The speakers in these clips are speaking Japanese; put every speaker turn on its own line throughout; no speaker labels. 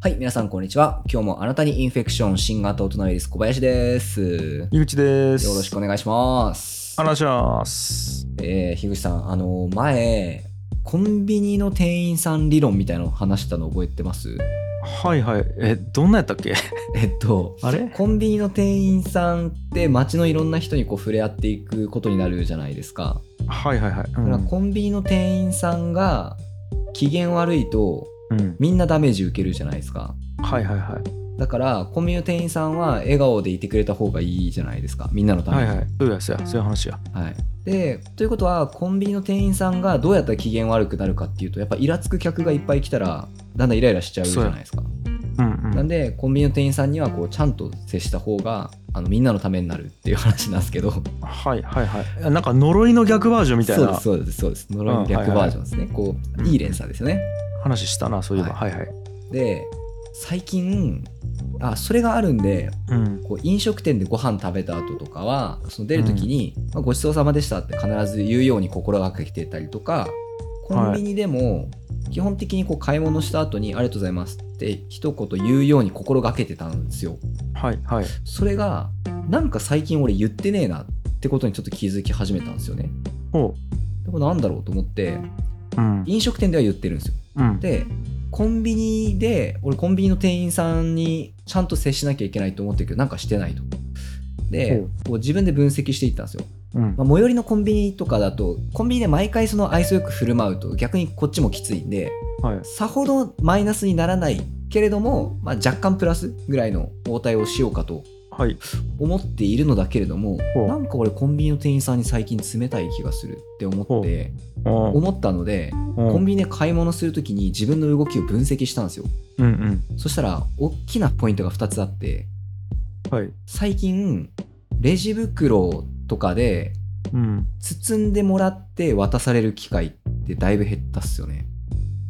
はい、皆さんこんにちは。今日もあなたにインフェクション新型大人ウイルス小林です。よ
井口です。
ろしく
お
お願いします。
願いします。
えー、樋口さん、あの前コンビニの店員さん理論みたいなの話したの覚えてます？
はいはい。え、どんなやったっけ
えっと。
あれ
コンビニの店員さんって街のいろんな人にこう触れ合っていくことになるじゃないですか。
はいはいはい。う
だから
ん
コンビニの店員さんが機嫌悪いと
うん、
みんなダメージ受けるじゃないですか。
はいはいはい。
だからコンビニの店員さんは笑顔でいてくれた方がいいじゃないですかみんなのため
はい
に。
はい。そうやそうや。そういう話や。
はいでということはコンビニの店員さんがどうやったら機嫌悪くなるかっていうとやっぱイラつく客がいっぱい来たらだんだんイライラしちゃうじゃないですか。
うんう
なん
ん。
でコンビニの店員さんにはこうちゃんと接した方があのみんなのためになるっていう話なんですけど
はいはいはい。なんか呪いの逆バージョンみたい
そうで
な
すそうですそうです呪いの
うんはい
逆
はい
バージョンですね、こういい連鎖ですよね。
話したな、そういえば。はいはい。
で最近あそれがあるんで
うん。
こう飲食店でご飯食べた後とかはその出る時に、まあごちそうさまでした」って必ず言うように心がけてたりとかコンビニでも基本的にこう買い物した後に「ありがとうございます」って一言言うように心がけてたんですよ。
はいはい。
それがなんか最近俺言ってねえなってことにちょっと気づき始めたんですよね。
おう。
でこれなんだろうと思って
うん。
飲食店では言ってるんですよ。
うん。
でコンビニで俺コンビニの店員さんにちゃんと接しなきゃいけないと思ってるけどなんかしてないと。で
ほ
こう自分で分析していったんですよ、
うん。
まあ、最寄りのコンビニとかだとコンビニで毎回その愛想よく振る舞うと逆にこっちもきついんで
はい。
さほどマイナスにならないけれども、まあ、若干プラスぐらいの応対をしようかと
はい。
思っているのだけれども
ほう
なんか俺コンビニの店員さんに最近冷たい気がするって思って
おう
思ったので
お
コ
う
ンビニで買い物するときに自分の動きを分析したんですよ
うんうん。
そしたら大きなポイントが2つあって
はい。
最近レジ袋とかで
うん。
包んでもらって渡される機会ってだいぶ減ったっすよね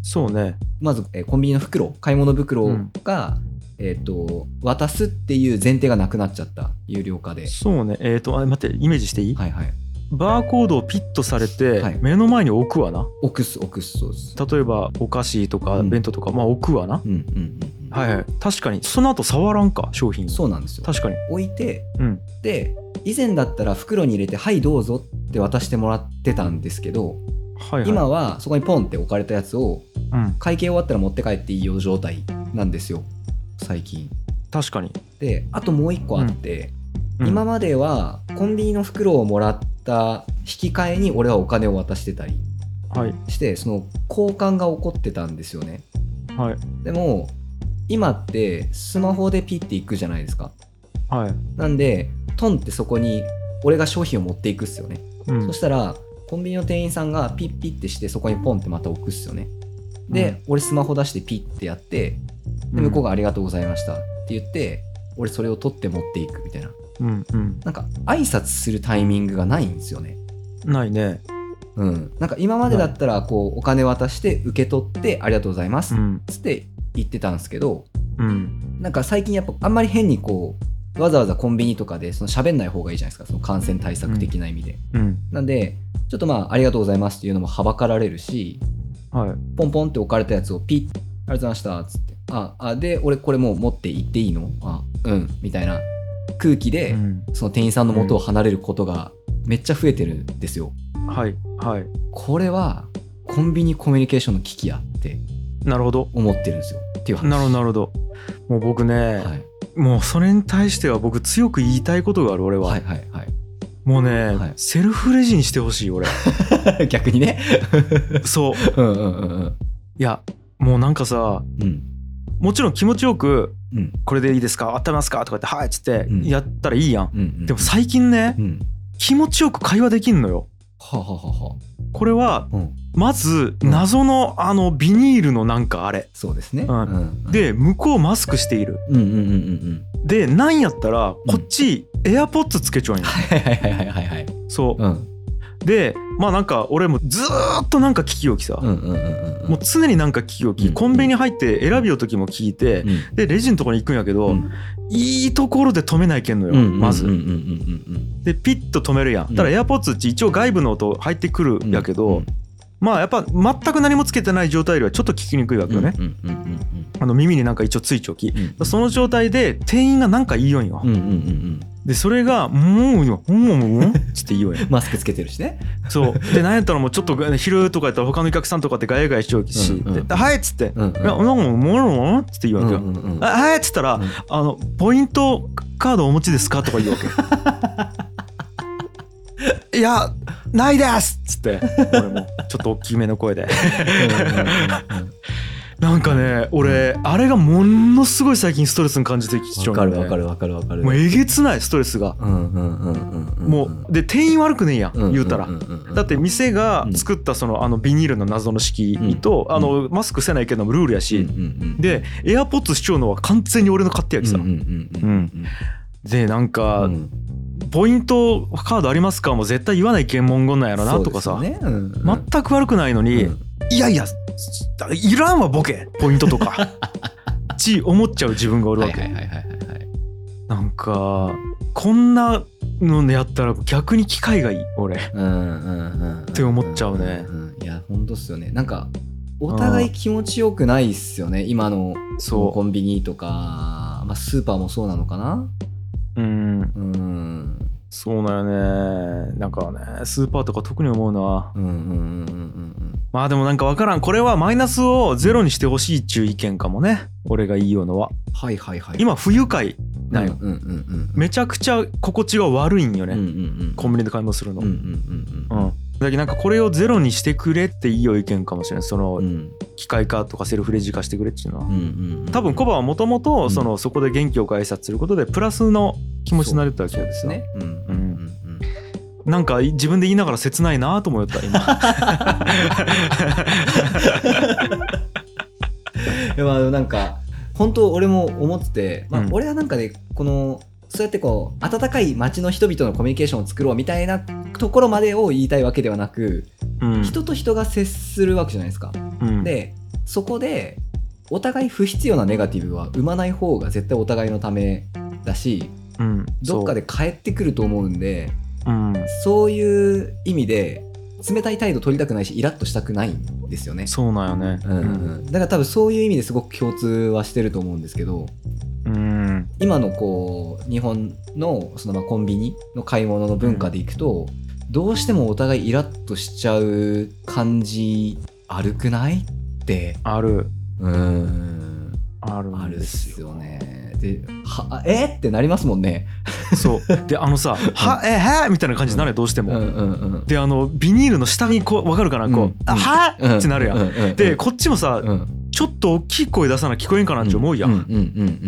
そうね。
まず、えーコンビニの袋買い物袋が、えっ、と渡すっていう前提がなくなっちゃった有料化で
そうね。えっ、と、あ、待って、イメージしていい、
はいはい
バーコードをピッとされて、
はい
目の前に置くわな。
オクスオクスそうです
例えばお菓子とか
うん
弁当とか、まあ置くわな、
うんうんうん、うん
はいはい確かにその後触らんか商品を
そうなんですよ
確かに
置いて
うん
で以前だったら袋に入れて「はいどうぞ」って渡してもらってたんですけど、
はいはい
今はそこにポンって置かれたやつを
うん
会計終わったら持って帰っていいよ状態なんですよ最近
確かに、
であともう一個あって、
うん
今まではコンビニの袋をもらった引き換えに俺はお金を渡してたり
はい
してその交換が起こってたんですよね
はい
でも今ってスマホでピッていくじゃないですか
はい
なんでトンってそこに俺が商品を持っていくっすよね、
うん
そしたらコンビニの店員さんがピッピッてしてそこにポンってまた置くっすよねで、
うん
俺スマホ出してピッてやってで向こうが「ありがとうございました」って言って俺それを取って持っていくみたいな
うんうん
なんか挨拶するタイミングがないんですよね
ないね
うんなんか今までだったらこうお金渡して受け取って「ありがとうございます
う」ん
つって言ってたんですけど
うん
なんか最近やっぱあんまり変にこうわざわざコンビニとかでその喋んない方がいいじゃないですかその感染対策的な意味で、
うん
なんでちょっとまあ「ありがとうございます」っていうのもはばかられるし
はい
ポンポンって置かれたやつをピッ「ありがとうございました」っつって「ああで俺これもう持って行っていいのあうん」みたいな空気で、
うん
その店員さんの元を離れることがめっちゃ増えてるんですよ。
はいはい
これはコンビニコミュニケーションの危機やって
なるほど
思ってるんですよっていう話。
なるほどなるほどもう僕ね、
はい
もうそれに対しては僕強く言いたいことがある俺は、
はいはいは
もうね、
はい
セルフレジにしてほし い俺
い。逆にね。
そう
うんうんうんうん
いやもうなんかさ
うん
もちろん気持ちよく
うん
これでいいですか温めますかとか言って「はい」っつって
うん
やったらいいやん、
うんうん。
でも最近ね
うん。
気持ちよく会話できんのよ
はあはあはあは
これは
あ。うん。
まず
うん
謎のあのビニールのなんかあれ
そうですね。
うん
うん、
で向こうマスクしている
うんうんうんうんうん。
でなんやったらこっちエアポッツつけちゃうんよ
はいはいはいはいはいはい。
そ
うん
うでまあなんか俺もずーっとなんか聞き置きさ
うんうんうんうん。
もう常になんか聞き置
う
き
ん
コンビニ入って選びよう時も聞いて
うん、
でレジのとこに行くんやけ
う
ど
ん
いいところで止めないけんのよ
うんうん
ま
うんう
ず
んうんうんうん。
でピッと止めるやんただ
う
エアポッツって一応外部の音入ってくる
うん
やけど、まあやっぱ全く何もつけてない状態よりはちょっと聞きにくいわけよね、
うんうんうん
あの耳になんか一応ついちょき
うんうん
その状態で店員がなんか言いよんよ、
うんうんうんうん
でそれが「もうよもうもうもう」つって言 いよんよ
マスクつけてるしね
そうで何やったらもうちょっと昼とかやったら他のお客さんとかってガヤガヤしちゃうし「
うんうん
ではい」っつって
うん
「いやなんかもうもうもう」っつって言うわけよ、
うんうんうん
あはいっつったら、
うん
あの「ポイントカードお持ちですか?」とか言うわけいやないですっつって俺もちょっと大きめの声で なんかね俺、あれがものすごい最近ストレスに感じてきち
わ
ゃう
か
ん
る
だよ
わ
ね
かるわかるわかる
もうえげつないストレスが、
うんうんうんうんうん
もうで店員悪くねえや、ん
んんん
言うたら、
んんん
だって店が作ったそのあのビニールの謎の敷居と、
うん
あのマスクせないけどもルールやし、
うんうん
でエアポッツしちゃうのは完全に俺の勝手や
うん
きさ、
うんうんうん
でなんか、
うん
ポイントカードありますかもう絶対言わない検問言なんやろなとかさ、
そうですよねうんうん
全く悪くないのに、
うん
いやいやいらんわボケポイント とかち思っちゃう自分がおるわ
はい
け、
はいはいはいはい
なんかこんなのやったら逆に機会がいい俺
うんうんうんうん
って思っちゃうね
んうんいやほんとっすよねなんかお互い気持ちよくないっすよね今の
そ
コンビニとか、まあ、スーパーもそうなのかな
ううん
うん
そうだよねなんかねスーパーとか特に思うな
うんうんうんうんうん
まあでもなんか分からんこれはマイナスをゼロにしてほしいっちゅう意見かもね俺が言いようのは
はいはいはい
今不愉快なんよ、
うんうんうんうん
めちゃくちゃ心地が悪いんよね、
うんうんうん
コンビニで買い物するの
うんうん
うん、だけどなんかこれをゼロにしてくれっていいよ意見かもしれないその、
うんうん
機械化とかセルフレジ化してくれっていうのは、
うんうんうん
多分コバはもともとそのそこで元気よく挨拶することでプラスの気持ちになれたわけ
そうで
です
す
よ
ねうん
うん
うん
なんか自分で言いながら切ないなと思った 今
いやまあなんか本当俺も思ってて、まあ
う、ん
俺はなんかねこのそうやってこう温かい街の人々のコミュニケーションを作ろうみたいなところまでを言いたいわけではなく、
うん
人と人が接するわけじゃないですか。
うん
でそこでお互い不必要なネガティブは生まない方が絶対お互いのためだし
うん
どっかで帰ってくると思うんで
そううん
そういう意味で冷たい態度取りたくないしイラッとしたくないんですよね。
そうなんよね
うんうん、だから多分そういう意味ですごく共通はしてると思うんですけど
うん、うん
今のこう日本のそのまあコンビニの買い物の文化でいくと、どうしてもお互いイラッとしちゃう感じあるくないって
ある
うーん
ある
あ
ん
るっ
です
す
よ
よね。ではあえってなりますもんね。
そうであ のさ「はえはみたいな感じになるよどうして
うん
も、
うんうん
であのビニールの下にこう分かるかなこう
う
「
ん
あは
うん
ってなるやん、
うんうんうん、
でこっちもさ、
うん、
ちょっと大きい声出さな聞こえんかなって思うやん、
うんうんうんう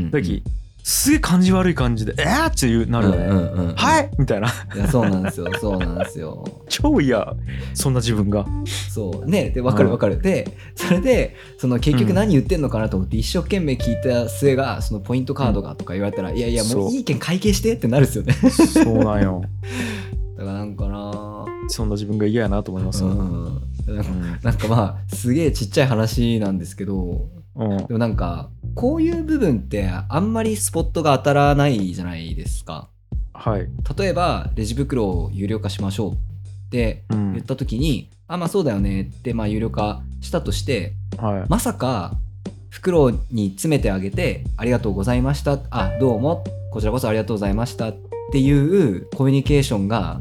ん、
だきすげえ感じ悪い感じで「えー!」っていうなるよね、
うんうんうん、
はいみたいな
いやそうなんですよそうなんですよ。
超嫌そんな自分が
そうねでわかるわかる、でそれでその結局何言ってんのかなと思って一生懸命聞いた末がそのポイントカードがとか言われたら、いやいやも
そうう
いい意見会計してってなるっ すよね
そうなん よ
だからなんかな
そんな自分が嫌やなと思います
う
よ、
ん
うんうん
なんかまあすげえちっちゃい話なんですけどでもなんかこういう部分ってあんまりスポットが当たらないじゃないですか
はい、
例えばレジ袋を有料化しましょうって
う
言っ
ん
た時に、あまあそうだよねってまあ有料化したとして
はい
まさか袋に詰めてあげて「ありがとうございました」あ「どうもこちらこそありがとうございました」っていうコミュニケーションが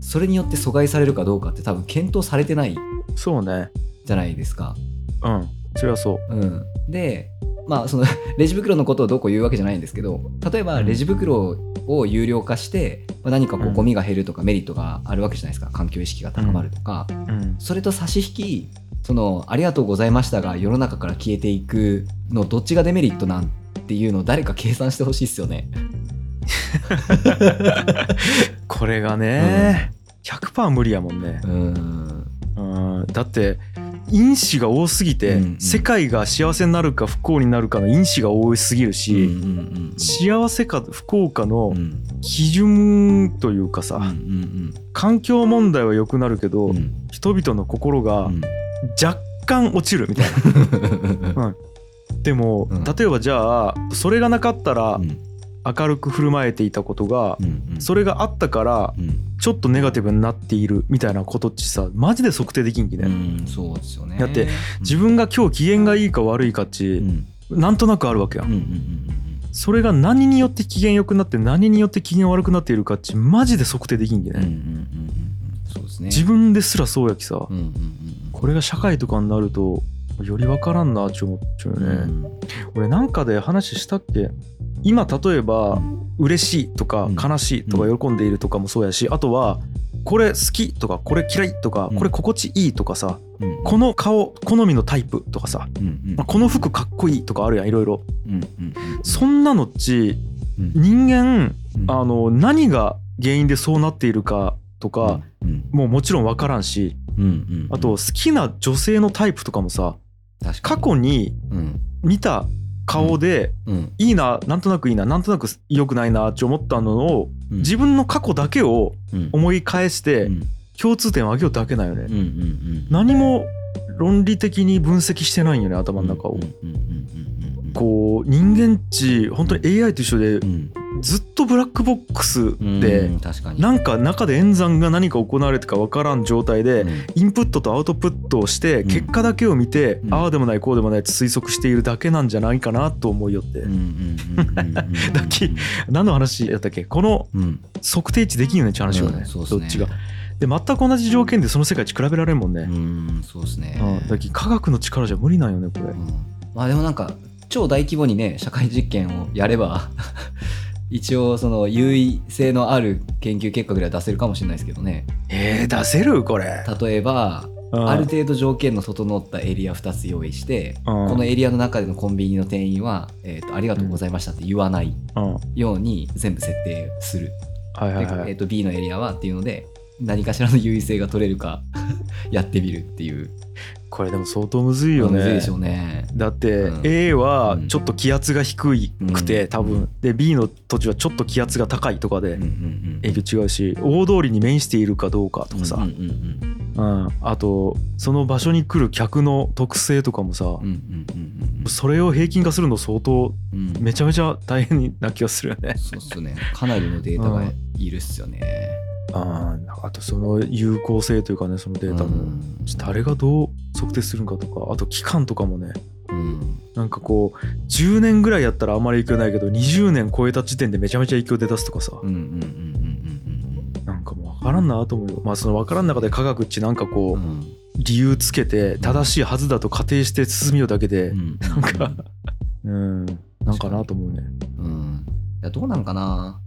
それによって阻害されるかどうかって多分検討されてない
そうね
じゃないですか。
うんそれはそう
うん、でまあそのレジ袋のことをどうこう言うわけじゃないんですけど例えばレジ袋を有料化してまあ何かこ
う
うんゴミが減るとかメリットがあるわけじゃないですか環境意識が高まるとか、
うん
それと差し引きその「ありがとうございました」が世の中から消えていくのどっちがデメリットなんていうのを誰か計算してほしいっすよね。
これがね、100%無理やもんね
う、ーん
うん、だって因子が多すぎて、
うんうん
世界が幸せになるか不幸になるかの因子が多すぎる
うんう
し、
んうん
幸せか不幸か
う
の
んうん
基準というかさ、
うん
環境問題は良くなるけど、
うんうん
人々の心が
うん
若干落ちるみたいな、でも、
うん
例えばじゃあそれがなかったら、
うん
明るく振る舞えていたことが
うんうん
それがあったから
うん
ちょっとネガティブになっているみたいなことってさマジで測定できんきね、
うんそうですよね
だって自分が今日機嫌がいいか悪いかっ
う
ち、
ん
なんとなくあるわけや、
うんんうんうんうん
それが何によって機嫌良くなって何によって機嫌悪くなっているかっちマジで測定できんきね、
うんうんうんうんうんそうですね
自分ですらそうやきさ、
うんうん
これが社会とかになるとより分からんなって思っちゃうよ
うんう
ね、
んうん
俺なんかで話したっけ今例えば嬉しいとか
うん
悲しいと
うん
か喜んでいるとかもそうやしあとはこれ好きとかこれ嫌いとか
うん
これ心地いいとかさ
うん
この顔好みのタイプとかさ
うんうん
まあこの服かっこいいとかあるやんいろいろ
うんうんうん
そんなのっち
うん
人間
うん
あの何が原因でそうなっているかとか
うん
もうもちろん分からんし
うんうんうん
あと好きな女性のタイプとかもさ
確か
過
に
去に
うん
見た顔で
うん
いいななんとなくいいななんとなく良くないなって思ったのを
うん
自分の過去だけを
うん
思い返し
う
て
ん
共通点を挙げようだけなんよ
うん
ね
うんうん
何も論理的に分析してないんよね頭の中
う
を
んうんうんうんうん
こう人間っち本当に AI と一緒で
うん
ずっとブラックボックス
うん
で
確かに
なんか中で演算が何か行われてか分からん状態で
うん
インプットとアウトプットをして
うん
結果だけを見て
うん
ああでもないこうでもないって推測しているだけなんじゃないかなと思いよって
うんうんうんうんうんうん
だっけ何の話やったっけこの
うん
測定値できんよねって話よ
うん
ね、
そうっす
ど
ね
っちがで全く同じ条件でその世界値比べられんもん
う
ね、
んそうですね
うんだけど科学の力じゃ無理なんよねこれ、
うんまあでもなんか超大規模にね社会実験をやれば 一応その優位性のある研究結果ぐらいは出せるかもしれないですけどね
えー、出せるこれ
例えば
うん
ある程度条件の整ったエリア2つ用意して
うん
このエリアの中でのコンビニの店員は「えーとありがとうございました」って言わない
うんは
ように全部設定する、
いはいは
でえー
い
と B のエリアはっていうので何かしらの優位性が取れるか やってみるっていう
これでも相当むずいよ
むずいで
ね
しょうね。
だって、
うん
A は
うん
ちょっと気圧が低くて、
うん
多分で B の土地はちょっと気圧が高いとかで
うんうんうん
影響違うし大通りに面しているかどうかとかさ、
う
うんん
うんうん
あとその場所に来る客の特性とかもさ、
うんうんうん
それを平均化するの相当
うんうん
めちゃめちゃ大変な気がするよね。
そうっすね。かなりのデータがいるっすよね。
ああとその有効性というかねそのデータ
う
も、
ん
誰がどう測定するんかとかあと期間とかもね
うん
なんかこう10年ぐらいやったらあんまり影響ないけど20年超えた時点でめちゃめちゃ影響出だすとかさ、
うんうんうんうんうん
なんかもう分からんなと思うよまあその分からん中で科学っちなんか
う
こう、
んうん
理由つけて正しいはずだと仮定して進みようだけで、
うん
なんかうんなんかなと思うね。
うんいやどうなんかな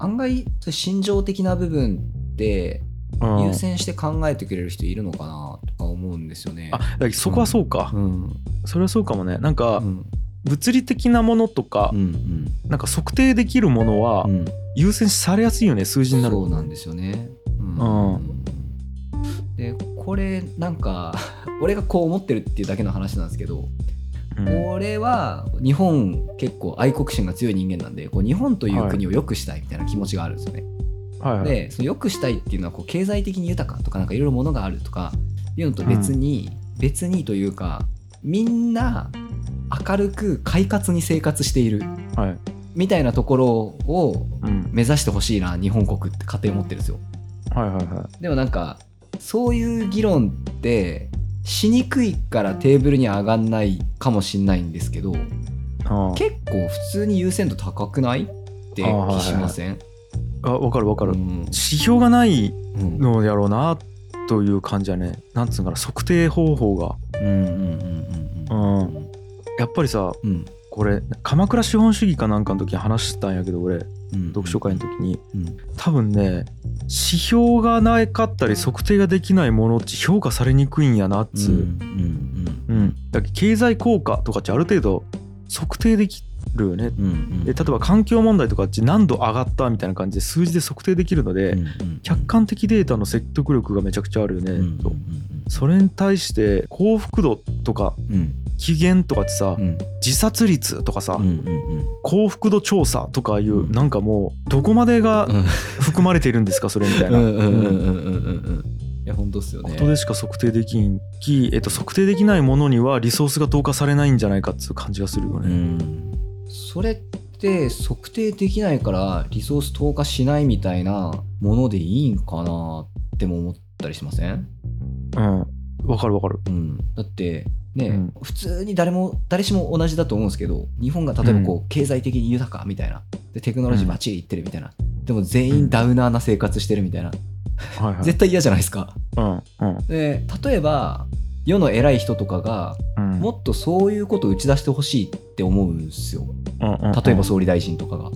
案外そう心情的な部分って
うん
優先して考えてくれる人いるのかなとか思うんですよね
あ。だからそこはそうか、
うん
それはそうかもねなんか、
うん
物理的なものとか
うんう、ん
なんか測定できるものは
うん
優先されやすいよね数字になる
そうなんですよね。うん
う
でこれなんか 俺がこう思ってるっていうだけの話なんですけど、
うん
俺は日本結構愛国心が強い人間なんでこう日本という国を良くしたいみたいな気持ちがあるんですよね。
はいはい
でその良くしたいっていうのはこう経済的に豊かとかなんかいろいろものがあるとかいうのと別に、別にというかみんな明るく快活に生活している
はい
みたいなところを
うん
目指してほしいな日本国って家庭持ってるんですよ。
はいはいは
でもなんかそういう議論ってしにくいからテーブルに上がんないかもしんないんですけど。
いあ
結構普通に優先度高くないって
あーはいはい
気しません、
ああ分かる分かる、
うん
指標がない
うん
のやろうなという感じはねなんつうんかな測定方法が
うんうんうんうんうん
うんやっぱりさ
うん
これ鎌倉資本主義かなんかの時に話したんやけど俺
うん
読書会の時に
うん
多分ね指標がなかったり測定ができないものって評価されにくいんやなっつ
う
うん
うん
うん、だから経済効果とかってある程度測定できるよね。
うんうん
で例えば環境問題とかって何度上がったみたいな感じで数字で測定できるので、
うんうん
客観的データの説得力がめちゃくちゃあるよね、
うんうん
とそれに対して幸福度とか
うん
機嫌とかってさ、
うん
自殺率とかさ、
うんうんうん
幸福度調査とかいう、
うん
なんかもうどこまでが
うん
含まれているんですかそれみたい
うんう
な。
んうんうん
うん
うんうんうんいや本当っすよ
こ
ね
とでしか測定できんき、えっと、測定できないものにはリソースが投下されないんじゃないかっていう感じがするよね。
うんそれって測定できないからリソース投下しないみたいなものでいいんかなっても思ったりしません
うんわかるわかる
うん、だってね、
うん
普通に誰も誰しも同じだと思うんですけど日本が例えばこう、経済的に豊かみたいなでテクノロジーバッチリいってるみたいな、でも全員ダウナーな生活してるみたいな、
はいはい
絶対嫌じゃないですか。
うんうん
で例えば世の偉い人とかが
うん
もっとそういうことを打ち出してほしいって思うんですよ
うんうんうん
例えば総理大臣とかが、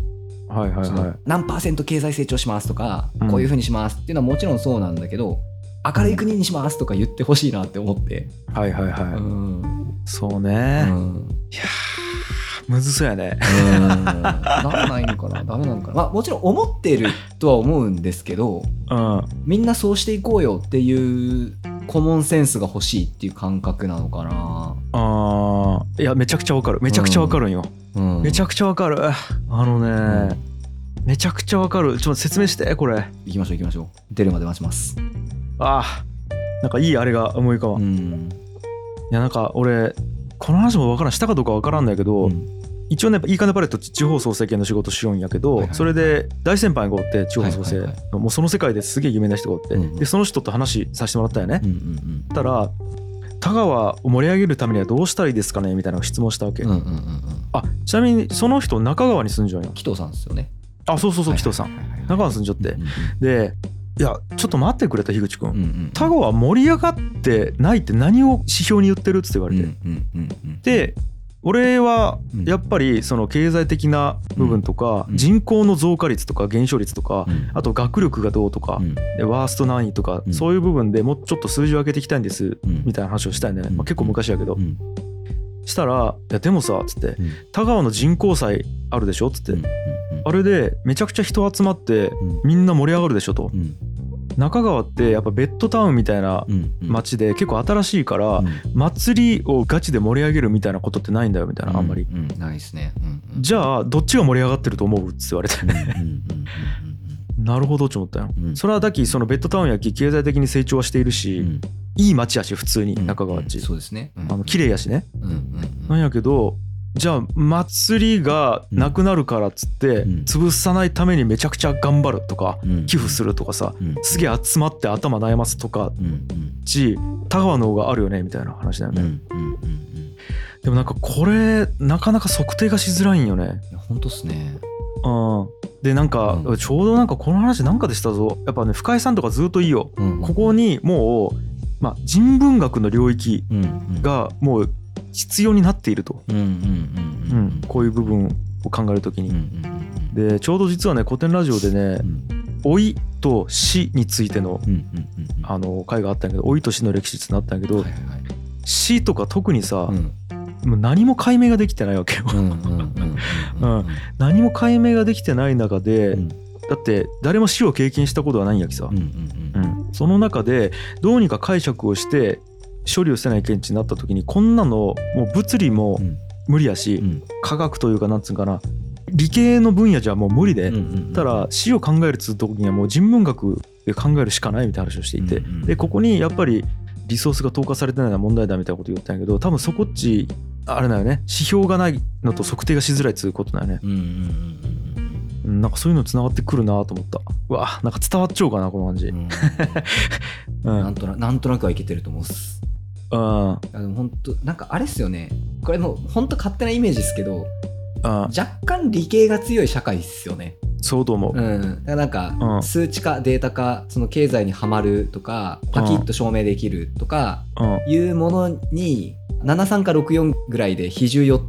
はいはい
そ
は
の何パーセント経済成長しますとか、
うん
こういうふうにしますっていうのはもちろんそうなんだけど明るい国にしますとか言ってほしいなって思って。
いはいはいは
うん
いそう
う
ね
ん
いやーむずそうやね
うんなんないのかなダメなのかな、まあ、もちろん思ってるとは思うんですけど
うん
みんなそうしていこうよっていうコモンセンスが欲しいっていう感覚なのかな、
あーいやめちゃくちゃわかるめちゃくちゃわかるんよ、
うん、
めちゃくちゃわかるあのね、めちゃくちゃわかるちょっと説明してこれ
行きましょう行きましょう出るまで待ちます
あーなんかいいあれが思い浮かば
う
ん、い
ん
やなんか俺この話もわからんしたかどうかわからんだけど、
うん
一応ねいいかねパレットって地方創生系の仕事しようんやけど、
はいはいはい
それで大先輩がおって地方創生の、
はいはい
もうその世界ですげえ有名な人がおって、
うんうん
でその人と話させてもらったよね、
うんうん
たら田川を盛り上げるためにはどうしたらいいですかねみたいな質問したわけ、
うんうんうんうんうん
あちなみにその人中川に住んじゃうよ
紀藤さんですよね
あそうそうそう
はいはい
紀藤さん
はいはいはい
中川に住んじゃって、でいやちょっと待ってくれた樋口君、
うんうんうん
田川盛り上がってないって何を指標に言ってるっつって言わ
う
れ
ん
て、
うんうんうん
で俺は
うん
やっぱりその経済的な部分とか
うん
人口の増加率とか減少率とか
うん
あと学力がどうとか
うん
でワースト何位とか
うん
そういう部分でもうちょっと数字を上げていきたいんです
うん
みたいな話をしたよね、
うん
まあ、結構昔やけど
うん
したら「いやでもさ」っつって
うん
「田川の人口祭あるでしょ」っつっ
うん
てあれでめちゃくちゃ人集まって
うん
みんな盛り上がるでしょと
うん
中川ってやっぱベッドタウンみたいな
うんうん
街で結構新しいから
うん
祭りをガチで盛り上げるみたいなことってないんだよみたいなあんまり、
うんうんないですねうんうん
じゃあどっちが盛り上がってると思うって言われて なるほどって思ったよ、
うん
それはだきそのベッドタウンやき経済的に成長はしている
う
し、
ん
いい街やし普通に
うん
中川っち、
そうですね。
あの綺麗やしね、
うんうんう
なん
ん
やけどじゃあ祭りがなくなるからっつって
うん
潰さないためにめちゃくちゃ頑張るとか
うん
寄付するとかさ
うん
すげえ集まって頭悩ますとか
うんうん
ち田川の方があるよねみたいな話だよ
うんう
ね、
んうんうん
でもなんかこれなかなか測定がしづらいんよね
いや本当っすね。
うん、でなんか、
うん
ちょうどなんかこの話なんかでしたぞやっぱね深井さんとかずっといいよこ
こ
こにもう、まあ、人文学の領域
が
がもう必要になっていると、
うんうんう
う
んんうん
こういう部分を考えるときに、
うんうんうん
でちょうど実はね古典ラジオでね
うん
「老い」と「死」についての
うんうんうんうん
あの回があったんやけど「老い」と「死」の歴史ってなったんやけど、
はいはいはい
死とか特にさ
う、ん
もう何も解明ができてないわけよ、
うんうんうんうんうん
何も解明ができてない中で、
うん
だって誰も死を経験したことはないんやきさ、
うんうんうん
その中でどうにか解釈をして処理をせない見地になった時にこんなのもう物理も
うん
無理やし、
うん
科学というかなんつうんかな理系の分野じゃもう無理で、
うんうんうん
たら死を考えるつう時にはもう人文学で考えるしかないみたいな話をしていて、
うんうん
でここにやっぱりリソースが投下されてないのは問題だみたいなこと言ったんやけど多分そこっちあれだよね指標がないのと測定がしづらいっつうことだよね
うんうんうん
うんなんかそういうのつながってくるなと思ったうわなんか伝わっちゃうかなこの感じ、
う
うん
うんんなんとななんとなくはいけてると思うっす。
うん
あの本当なんかあれっすよねこれもう本当勝手なイメージですけど
うん
若干理系が強い社会っすよね
そうと思う、
うんだからなんか
うん
数値化データ化その経済にはまるとかパキッと証明できるとか
うん
いうものに73か64ぐらいで比重寄っ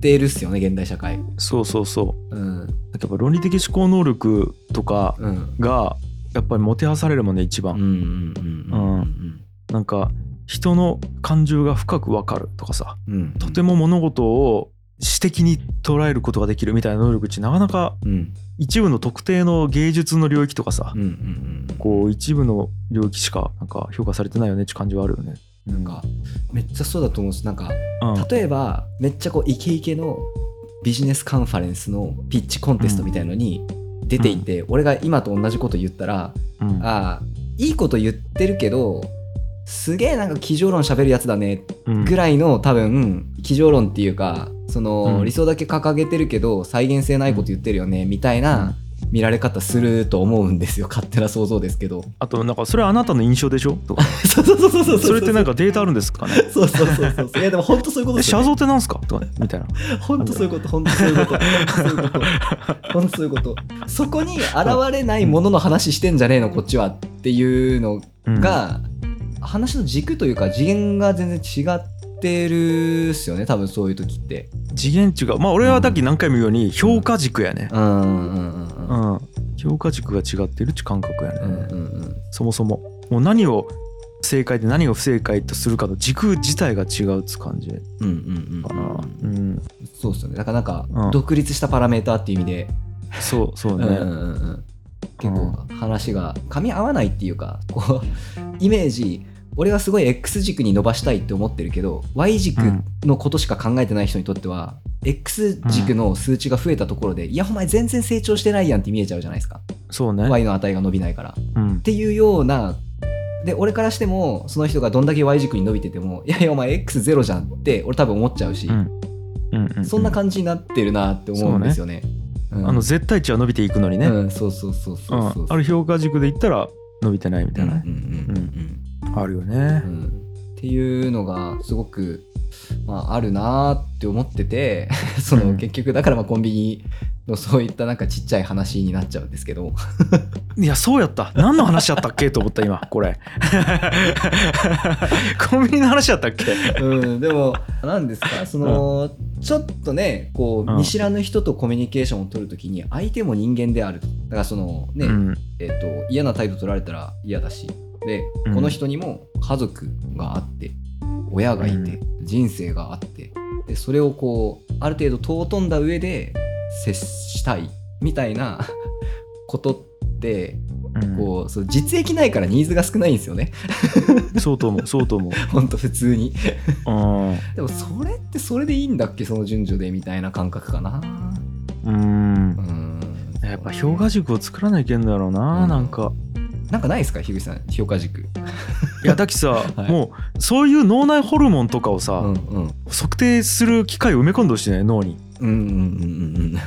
てるっすよね現代社会
そうそうそう
うん
やっぱ論理的思考能力とか
うん
がやっぱりもてはされるもんね一
うん
番、
うんうんうん
なんか人の感情が深くわかるとかさ
うんうん
とても物事を詩的に捉えることができるみたいな能力ってなかなか
うん
一部の特定の芸術の領域とかさ、
うんうんうん
こう一部の領域しかなんか評価されてないよねって感じはあるよね
なんかめっちゃそうだと思うんですなんか
うん
例えばめっちゃこうイケイケのビジネスカンファレンスのピッチコンテストみたいのに出ていて、俺が今と同じこと言ったら、
うん
ああいいこと言ってるけどすげえなんか基上論喋るやつだね
うん
ぐらいの多分基上論っていうかその
うん
理想だけ掲げてるけど再現性ないこと言ってるよねみたいな見られ方すると思うんですよ勝手な想像ですけど
あとなんかそれはあなたの印象でしょとか
そうそう そうそうそう
それってなんかデータあるんですかね
そうそうそうそうそういやでも本当そういうこと
え
です
写
よ、ね
像ってなんすかとかねみたいな
本当そういうこと本当そういうこと本当そういうこと本当そういうことそこに現れないものの話してんじゃねえのこっちはっていうの
うん
が、話の軸というか次元が全然違ってるっすよね多分そういう時って
次元値がまあ俺はさっき何回も言うように評価軸やね
うんうんうんうん
うん、評価軸が違ってるって感覚やね、
うんうんうん
そもそももう何を正解で何を不正解とするかの軸自体が違うっつ感じ
うんうん
か
う
なんうん
そうっすよねだからなんか
うん
独立したパラメーターっていう意味で
そうそ
う
う
ん
ね、
うんうんうん結構話が噛み合わないっていうかこうイメージ俺はすごい X 軸に伸ばしたいって思ってるけど Y 軸のことしか考えてない人にとっては、X 軸の数値が増えたところで、いやお前全然成長してないやんって見えちゃうじゃないですか、
そうね、
Y の値が伸びないから。っ
うん、
ていうようなで俺からしてもその人がどんだけ Y 軸に伸びててもいやいやお前 X0 じゃんって俺多分思っちゃうし、
うんうんうんうん
そんな感じになってるなって思うんですよね。うん
あの絶対値は伸びていくのにね、
うん、そうそうそうそうそうそう、
うんある評価軸で言ったら伸びてないみたいなね、
うん
あるよね
うんうんうんうんっていうのがすごく、まあ、あるなーって思っててそうの
ん
結局だからまあコンビニのそういったなんかちっちゃい話になっちゃうんですけど
いやそうやった何の話やったっけと思った今 これコンビニの話やったっけ
うんでも何ですかそのちょっとねこう
うん
見知らぬ人とコミュニケーションを取るときに相手も人間であるとだからそのね、
うん
えっと嫌な態度取られたら嫌だしで、
うん
この人にも家族があって親がいて、人生があってでそれをこうある程度尊んだ上で接したいみたいな ことってこうそう実益ないからニーズが少ないんですよね
うんそう と思うそうと思う
ほんと普通に
うん
でもそれってそれでいいんだっけその順序でみたいな感覚かな
うん
うん
やっぱ評価軸を作らないけんだろうな、
うん
なんか
なんかないですか樋口さん評価軸
いやだ きさ、
い
もうそういう脳内ホルモンとかをさ、
うんうん
測定する機械を埋め込んでほしいね脳に
うんうんうんうんうん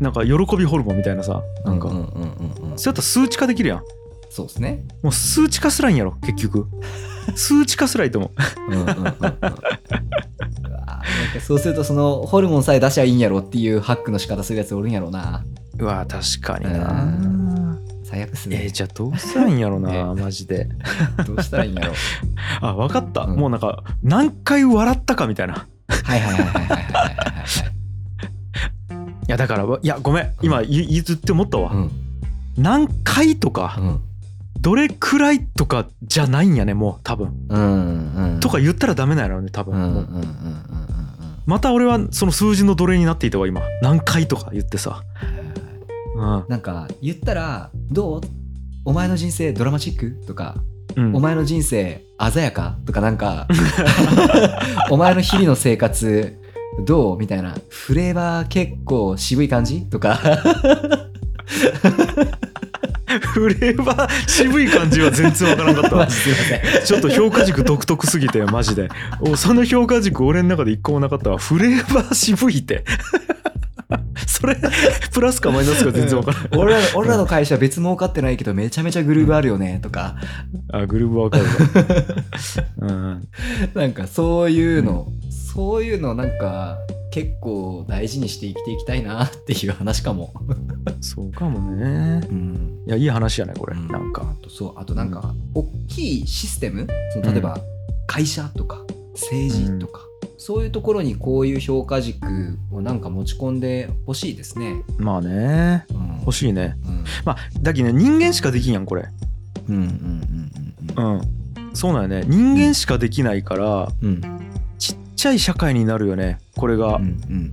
なんか喜びホルモンみたいなさなんか、
うんうんうんうんうん、
そうやったら数値化できるやん
そうですね。
もう数値化すらんやろ結 局数値化すらいいと思う
うんうんうんうんうわーなんかそうするとそのホルモンさえ出しゃいいんやろっていうハックの仕方するやつおるんやろな
うわ確かに
う
な
最悪っす
えー、
ね
じゃあどうしたらいいんやろな、マジで
どうしたらいいんやろ
あ分かった、
うん
もうなんか何回笑ったかみたいな
はいはいはいはいはいはいはいはい
いやだからいやごめん今言いずって思ったわ、
うん
何回とか、どれくらいとかじゃないんやねもう多分、
うんうんうん
とか言ったらダメなんやろうね多
う
分、
んうんうんうん
もう
うんうん
また俺はその数字の奴隷になっていたわ今何回とか言ってさ、うん
なんか言ったら「どうお前の人生ドラマチック?」とか
うん、
お前の人生鮮やかとかなんか お前の日々の生活どうみたいなフレーバー結構渋い感じとか
フレーバー渋い感じは全然わからなかった
マ
わ
ジ すいません
ちょっと評価軸独特すぎてマジでおその評価軸俺の中で一個もなかったわフレーバー渋いって それプラスかマイナスか全然わからない
俺ら俺らの会社別儲かってないけどめちゃめちゃグルーブあるよねとか
あグルーブわか るわ、うん、
なんかそういうの、そういうのなんか結構大事にして生きていきたいなっていう話かも。
そうかもね
うん
いやいい話やねこれ、
うん
なんか
あとそうあとなんか大きいシステムその例えば会社とか政治とか、そういうところにこういう評価軸をなんか持ち込んでほしいですね。
まあね
うん、
欲しいね
うん
まあだけどね人間しかできんやんこれ
うんうんうんうん
うんそうなんよね人間しかできないから
うん
ちっちゃい社会になるよねこれが
うんうんう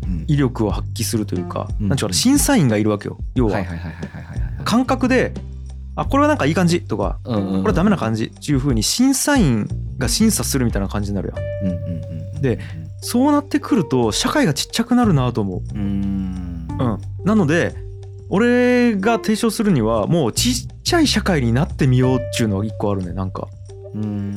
ん
威力を発揮するというか
うん
なんちゅうかな審査員がいるわけよ要
うんは
はい
はいはいはいはいはいはい。
感覚であこれはなんかいい感じとか
うんうんうん
これはダメな感じっていう風に審査員が審査するみたいな感じになるやん
うんうんうんうん
でそうなってくると社会がちっちゃくなるなと思
うーん
う、うん、なので俺が提唱するにはもうちっちゃい社会になってみようっていうのは一個あるねなんか
うん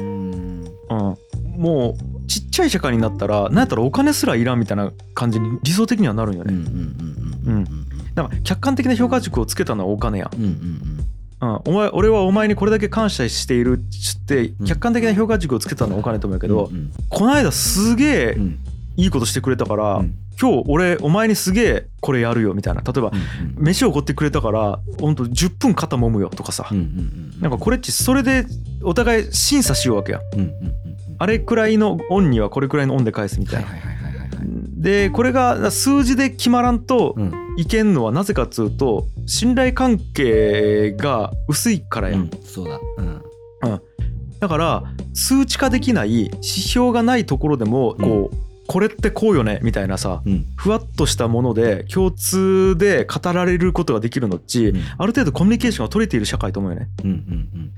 うん、もうちっちゃい社会になったらなんやったらお金すらいらんみたいな感じに理想的にはなるん
う
よ
んうん
ね、
うんうんうんうん
うんなんか客観的な評価軸をつけたのはお金や、
うんうん
うん、お前俺はお前にこれだけ感謝しているっつって
うん
客観的な評価軸をつけたのはお金と思うけど、
うん
この間すげえ
うんうん
いいことしてくれたから、
うん
今日俺お前にすげえこれやるよみたいな例えば飯をおごってくれたからほんと10分肩揉むよとかさ、
うんうん
なんかこれっちそれでお互い審査しようわけや
うんうんうんうん
あれくらいのオンにはこれくらいのオンで返すみた
はいい
な、
はいはいはいはいはい
でこれが数字で決まらんと
うん
いけんのはなぜかっつうと信頼関係が薄いからや、
うんんそうだうん
だから数値化できない指標がないところでもこう、これってこうよねみたいなさ
うん
ふわっとしたもので共通で語られることができるのっち、
うん
ある程度コミュニケーションが取れている社会と思うよね
うんうん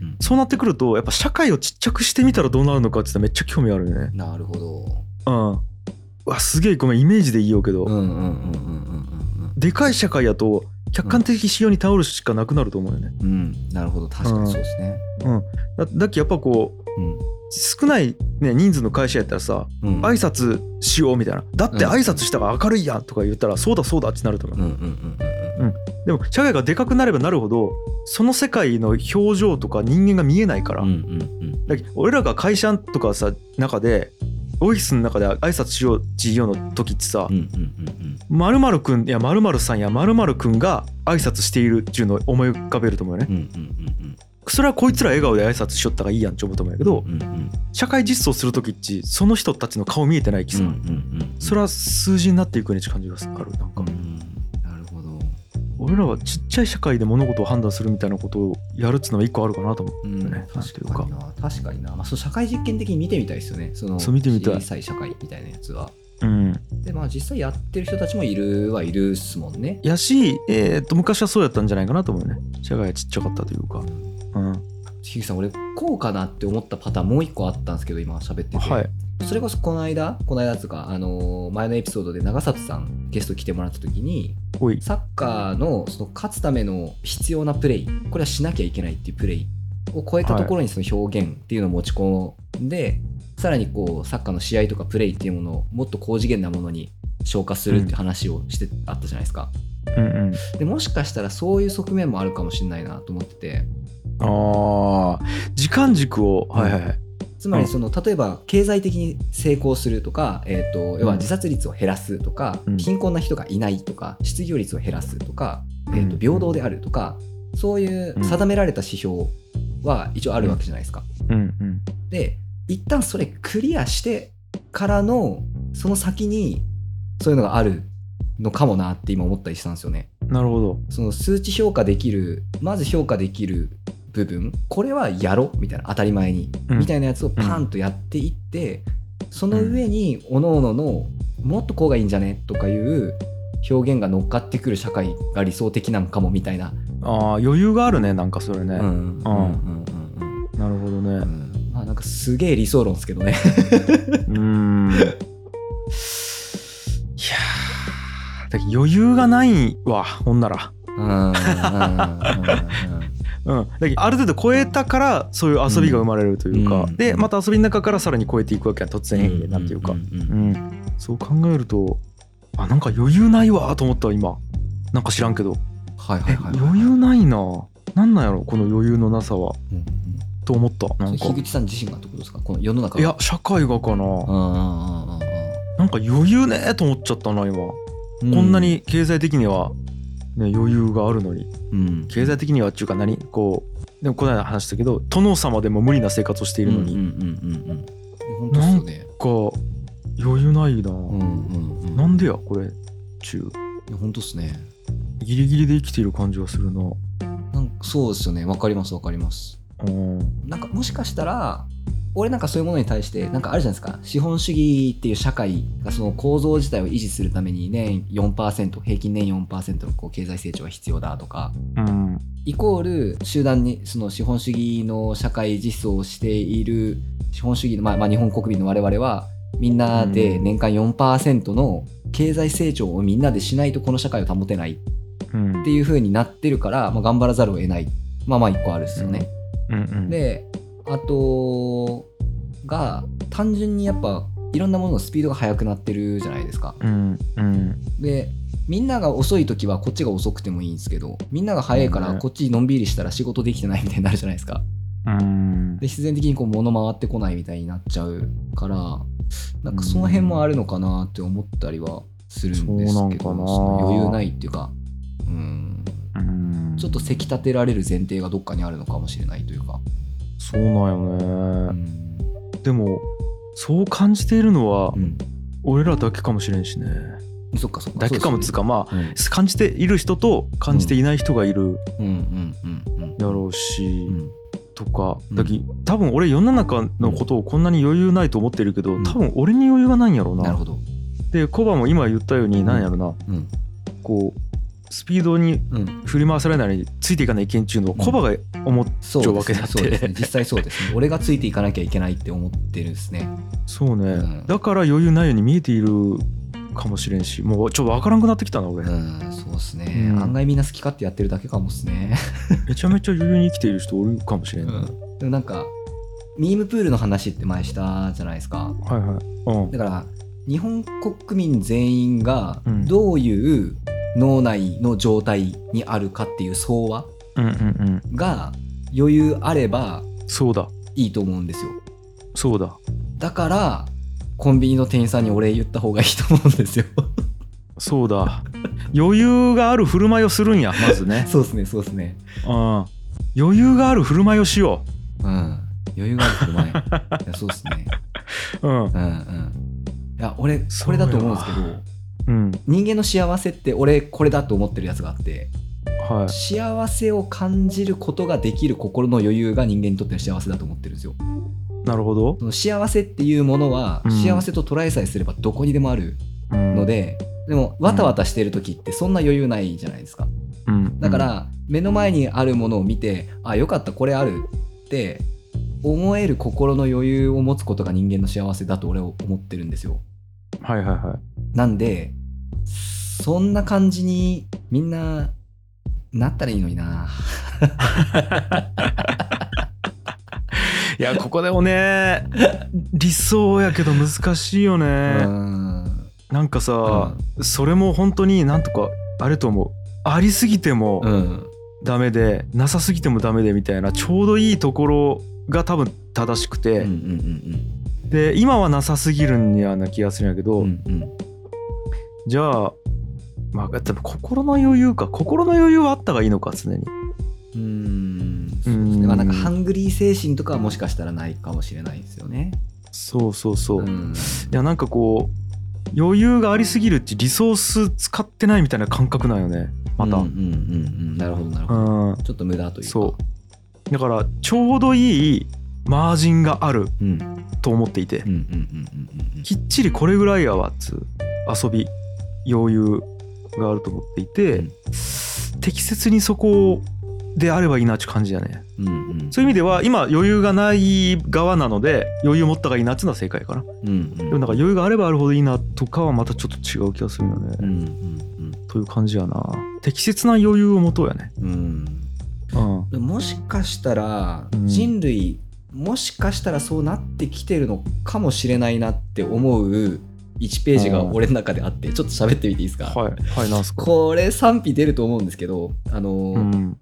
うん
そうなってくるとやっぱ社会をちっちゃくしてみたらどうなるのかって言ったらめっちゃ興味あるよね
うんなるほど
うんうわすげえごめんイメージでいいようけど、
うんうんうんうんうん
でかい社会やと客観的指標に頼るしかなくなると思うよね、
うんうんなるほど確かにそうですね
だだっけやっぱこう少ない、ね、人数の会社やったらさ
うんうん
挨拶しようみたいなだって挨拶したから明るいやんとか言ったらそうだそうだってなると思
うん
う、
うんうんうんうん
でも社会がでかくなればなるほどその世界の表情とか人間が見えないから、
うんうん
だっけ俺らが会社とかさ中でオフィスの中で挨拶しよう事業の時ってさ
うんうんうんうん
〇〇くんいや〇〇さんや〇〇くんが挨拶しているっていうのを思い浮かべると思うよね
うんうんうん
それはこいつら笑顔で挨拶しよったらいいやんって思うと思うんやけど
うんうん
社会実装する時っちその人たちの顔見えてないきさ、
うんうんうん
それは数字になっていくように感じがするなんか、
うんなるほど
俺らはちっちゃい社会で物事を判断するみたいなことをやるっつうのは一個あるかなと思う
うん
ねなんてい
確
うか
かにな確かにな、まあ、そう社会実験的に見てみたいですよねその
そう見てみたい
小さい社会みたいなやつは
うん
でまあ実際やってる人たちもいるはいるっすもんね
やし、えーっと昔はそうやったんじゃないかなと思うね社会がちっちゃかったというかうん
樋口さん俺こうかなって思ったパターンもう一個あったんですけど今喋ってて、
はい
それこそこの間この間っつうか、あのー前のエピソードで長里さんゲスト来てもらった時に
おい
サッカーのその勝つための必要なプレイこれはしなきゃいけないっていうプレイを超えたところにその表現っていうのを持ち込んで、さらにこうサッカーの試合とかプレイっていうものをもっと高次元なものに消化するっていう話をしてあったじゃないですか、
うんうん
でもしかしたらそういう側面もあるかもしれないなと思ってて
あー時間軸を、はいはいはい
つまりその例えば経済的に成功するとか、えー、と要は自殺率を減らすとか、
うん
貧困な人がいないとか失業率を減らすとか、
うん
えー、と平等であるとかそういう定められた指標は一応あるわけじゃないですか。
うんうん
で一旦それクリアしてからのその先にそういうのがあるのかもなって今思ったりしたんですよね。
なるほど
その数値評価できるまず評価できる部分これはやろみたいな当たり前に、
うん
みたいなやつをパンとやっていって、その上に各々のもっとこうがいいんじゃねとかいう表現が乗っかってくる社会が理想的なんかもみたいな、
あー余裕があるねなんかそれ
う
ね、
んうんうんうんうん
なるほど
う
ね
んまあなんかすげえ理想論ですけどね
うーんいやーだけど余裕がないわほんなら
うんうんうんうん
うん、だけどある程度超えたからそういう遊びが生まれるというか、
うん
でまた遊びの中からさらに超えていくわけやん突然変異でなんていうか、
う
うんん
うんうん
そう考えるとあなんか余裕ないわと思った今なんか知らんけど、
はいは
え
いはいはい
余裕ないななんなんやろこの余裕のなさは
うんうん
と思った
そ
な
れ
んか
樋口さん自身がってことですかこの世の中
い
が
や社会がかな、
うんうんうんうん
なんか余裕ねーと思っちゃったな今、
うん
こんなに経済的には、ね、余裕があるのに
うん
経済的にはっていうか何こうでもこの間話したけど殿様でも無理な生活をしているのに、
うんうんうんうんうん本当ですよね
なんか余裕ないな、
うんうんうん
なんでやこれ中
いや本当ですね
ギリギリで生きている感じがするな
なんかそうですよねわかりますわかります
うん
なんかもしかしたら俺なんかそういうものに対してなんかあるじゃないですか資本主義っていう社会がその構造自体を維持するために年4%平均年4%のこう経済成長が必要だとか
うん
イコール集団にその資本主義の社会実装をしている資本主義の、まあ、まあ日本国民の我々はみんなで年間4%の経済成長をみんなでしないとこの社会を保てないっ
うん
ていう風になってるから、まあ、頑張らざるを得ないまあまあ一個あるっすよね。
うんうん
であとが単純にやっぱいろんなもののスピードが速くなってるじゃないですか。
うんうん
でみんなが遅い時はこっちが遅くてもいいんですけどみんなが早いから
うんね
こっちのんびりしたら仕事できてないみたいになるじゃないですか。
うん
で必然的にこう物回ってこないみたいになっちゃうからなんかその辺もあるのかなって思ったりはするんです
そうな
け
ん
ど
かな
の余裕ないっていうか、うん、
うん
ちょっとせき立てられる前提がどっかにあるのかもしれないというか。
そうなん
う
よね、
ん
でもそう感じているのは
うん
俺らだけかもしれんしね
そっかそっか
だけかもつうかまあ
そうです
感じている人と感じていない人がいる
ねうんうんうんうん
やろうし、
うん
とか
うん
だけ多分俺世の中のことをこんなに余裕ないと思ってるけど、
うん
多分俺に余裕がないんやろう
な
な
るほど。
でコバも今言ったようになんやろな、
うん
こうスピードに
うん、
振り回されないようについていかない意見っていうのは
うん
コバが思っ
そうですね
ちょわけだって
そうですね実際そうですね俺がついていかなきゃいけないって思ってるんですね
そうね、
うん
だから余裕ないように見えているかもしれんしもうちょっと分からんくなってきたな俺、
うんそうですね、
うん
案外みんな好き勝手やってるだけかもっすね
めちゃめちゃ余裕に生きている人おるかもしれんな、
うんでもなんかミームプールの話って前したじゃないですか
はいはいうん
だから日本国民全員が
うん
どういう脳内の状態にあるかっていう相和
うんうんうん
が余裕あれば
そうだ
いいと思うんですよ
そうだ
だからコンビニの店員さんにお礼言った方がいいと思うんですよ
そうだ余裕がある振る舞いをするん やまずね、
そうですねそうですね
うん、余裕がある振る舞いをしよ
うん余裕があるとうまいいやそうですね
ううん
うんうんいや俺これだと思うんですけ
そう
ど
うん
人間の幸せって俺これだと思ってるやつがあって
はい
幸せを感じることができる心の余裕が人間にとっての幸せだと思ってるんですよ
なるほど
その幸せっていうものは
うん
幸せと捉えさえすればどこにでもあるの
の、
で、でもわたわたしてる時ってそんな余裕ないじゃないですか
うん、
だから目の前にあるものを見てあよかったこれあるって思える心の余裕を持つことが人間の幸せだと俺は思ってるんですよ
うん、はいはいは
なんでそんな感じにみんななったらいいのにない
いやここでも ね理想やけど難しいよね、
うーん
なんかさ、それも本当になんとかあれと思うありすぎても
うん
ダメで、なさすぎてもダメでみたいなちょうどいいところが多分正しく
うんう
て、
んうん
で今はなさすぎるんやな気がするんやけど、
うんうん
じゃあまあでも心の余裕か心の余裕はあったがいいのか常に
うーん
う
そうですね
ん
まあなんかハングリー精神とかはもしかしたらないかもしれないですよね
そうそうそう、
う
い
ん
やなんかこう余裕がありすぎるってリソース使ってないみたいな感覚なんよねまた
うんうんうんうんなるほどなるほど
うん
ちょっと無駄というか
そうだからちょうどいいマージンがある
うん
と思っていて
うんうんうんうんうんうん
きっちりこれぐらいやわっつう遊び余裕があると思っていて、
うん
適切にそこであればいいなって感じだね
うんうん
そういう意味では今余裕がない側なので余裕持ったがいいなっていうのは正解かなで
うんうん
もなんか余裕があればあるほどいいなとかはまたちょっと違う気がするよね、
うんうん
という感じやな適切な余裕を持とうやね
うんうん
うん
でももしかしたら
うん
人類、もしかしたらそうなってきてるのかもしれないなって思う1ページが俺の中であってちょっと喋ってみていいですか、
はいはいなんすか
これ賛否出ると思うんですけどあの、
うん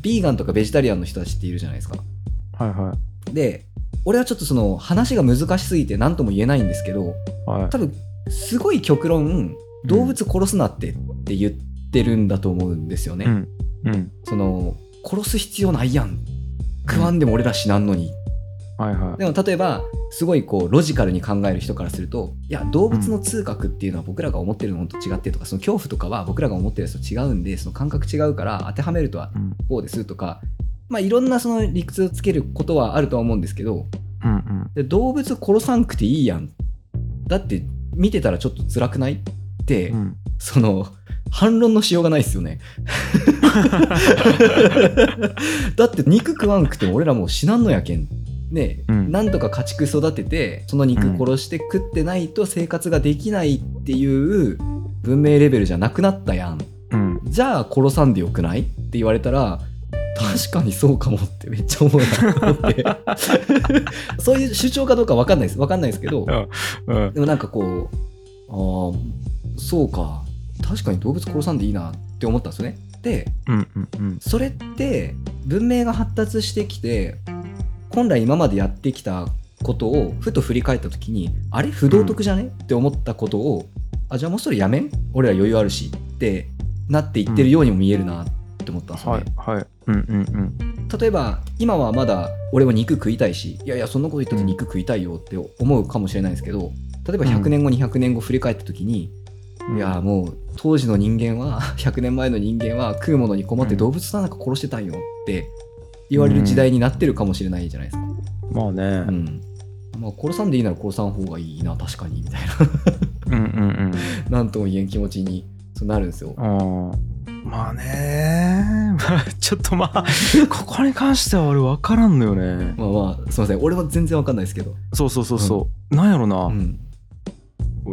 ビーガンとかベジタリアンの人たちっているじゃないですか
はいは
で俺はちょっとその話が難しすぎて何とも言えないんですけど
いはい
多分すごい極論動物殺すなってって言ってるんだと思うんですよね、
うんうん
その殺す必要ないやん食わんでも俺ら死なんのに、
はいはい
でも例えばすごいこうロジカルに考える人からするといや動物の痛覚っていうのは僕らが思ってるのと違ってとかその恐怖とかは僕らが思ってるやつと違うんでその感覚違うから当てはめるとは
うん
こうですとかまあいろんなその理屈をつけることはあるとは思うんですけど
うんうん
で動物殺さんくていいやんだって見てたらちょっと辛くないって、
うん
その反論のしようがないですよ ねだって肉食わんくても俺らもう死なんのやけんねえ、
うん
なんとか家畜育ててその肉殺して食ってないと生活ができないっていう文明レベルじゃなくなったやん
うん
じゃあ殺さんでよくないって言われたら確かにそうかもってめっちゃ思うなと思ってそういう主張かどうか分かんないです分かんないですけど
うん
でもなんかこうああそうか確かに動物殺さんでいいなって思ったんですよねで
うんうんうん
それって文明が発達してきて本来今までやってきたことをふと振り返った時にあれ不道徳じゃね、って思ったことをあじゃあもうそれやめん俺は余裕あるしってなっていってるようにも見えるなって思ったんですよ
は
ね、
いはいうんうんうん
例えば今はまだ俺も肉食いたいしいやいやそんなこと言ったって肉食いたいよって思うかもしれないですけど例えば100年後200年後振り返った時に、いやもう当時の人間は100年前の人間は食うものに困って
うん
動物なんか殺してたんよって言われる時代になってるかもしれないじゃないですか。
まあね、
うんまあ、殺さんでいいなら殺さん方がいいな確かにみたいな
うんうん
なんとも言えん気持ちにそうなるんですよ。
うん。まあね、 まあちょっとま あここに関しては俺分からんのよね。
まあまあすいません俺は全然わかんないですけど。
そうそうそうそう。なんやろ
うん
な、
うん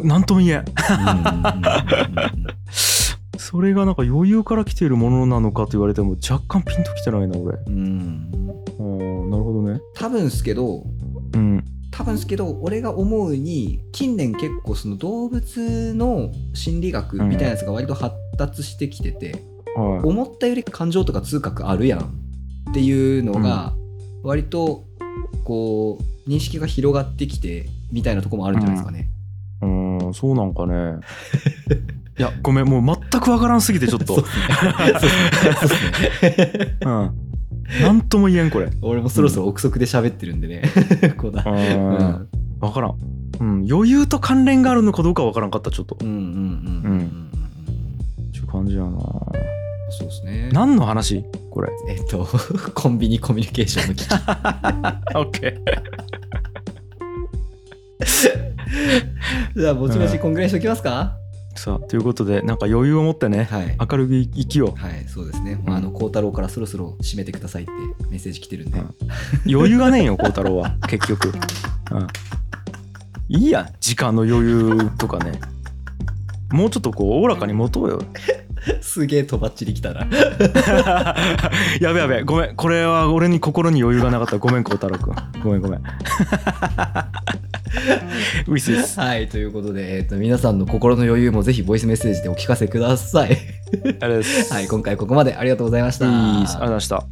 なんとも言えん。
うんうん
それがなんか余裕から来ているものなのかと言われても若干ピンときてないな俺。
うんうんうん
うん、なるほどね。
多分ですけど
うん。
多分ですけど俺が思うに近年結構その動物の心理学みたいなやつが割と発達してきてて、
はい。
思ったより感情とか痛覚あるやんっていうのが割とこう認識が広がってきてみたいなとこもあるんじゃないですかね。
うん、そうなんかね。 いや、ごめん、もう全く分からんすぎてちょっ
そ
と。
うっすねそうっすね
うん。なんとも言えんこれ。
俺もそろそろ憶測で喋ってるんでね。 こうだ
う。
うんん
分からん。うん、余裕と関連があるのかどうか分からんかったちょっと。
うんうんうんうんうんうん
ちゅう感じやな。
そうですね。
何の話これ。
えっと コンビニコミュニケーション の危機
オッケー。
じゃあ、ぼちぼちこんぐらいにしときますか、
さあということでなんか余裕を持ってね
はい。
明るく生きよう
はい、そうですね。まあ、あの、孝太郎からそろそろ締めてくださいってメッセージ来てるんで。
うん余裕がねえよ孝太 郎は結局、うん、いいや時間の余裕とかねもうちょっとこうおおらかに持とう よ
すげえとばっちり来たな。
やべやべごめんこれは俺に心に余裕がなかったごめん孝太郎くんごめん ごめんウィスウィス
はい、ということで、えっと、皆さんの心の余裕もぜひボイスメッセージでお聞かせください。
あれです
はい、今回ここまでありがとうございました。
ウィスありがとうございました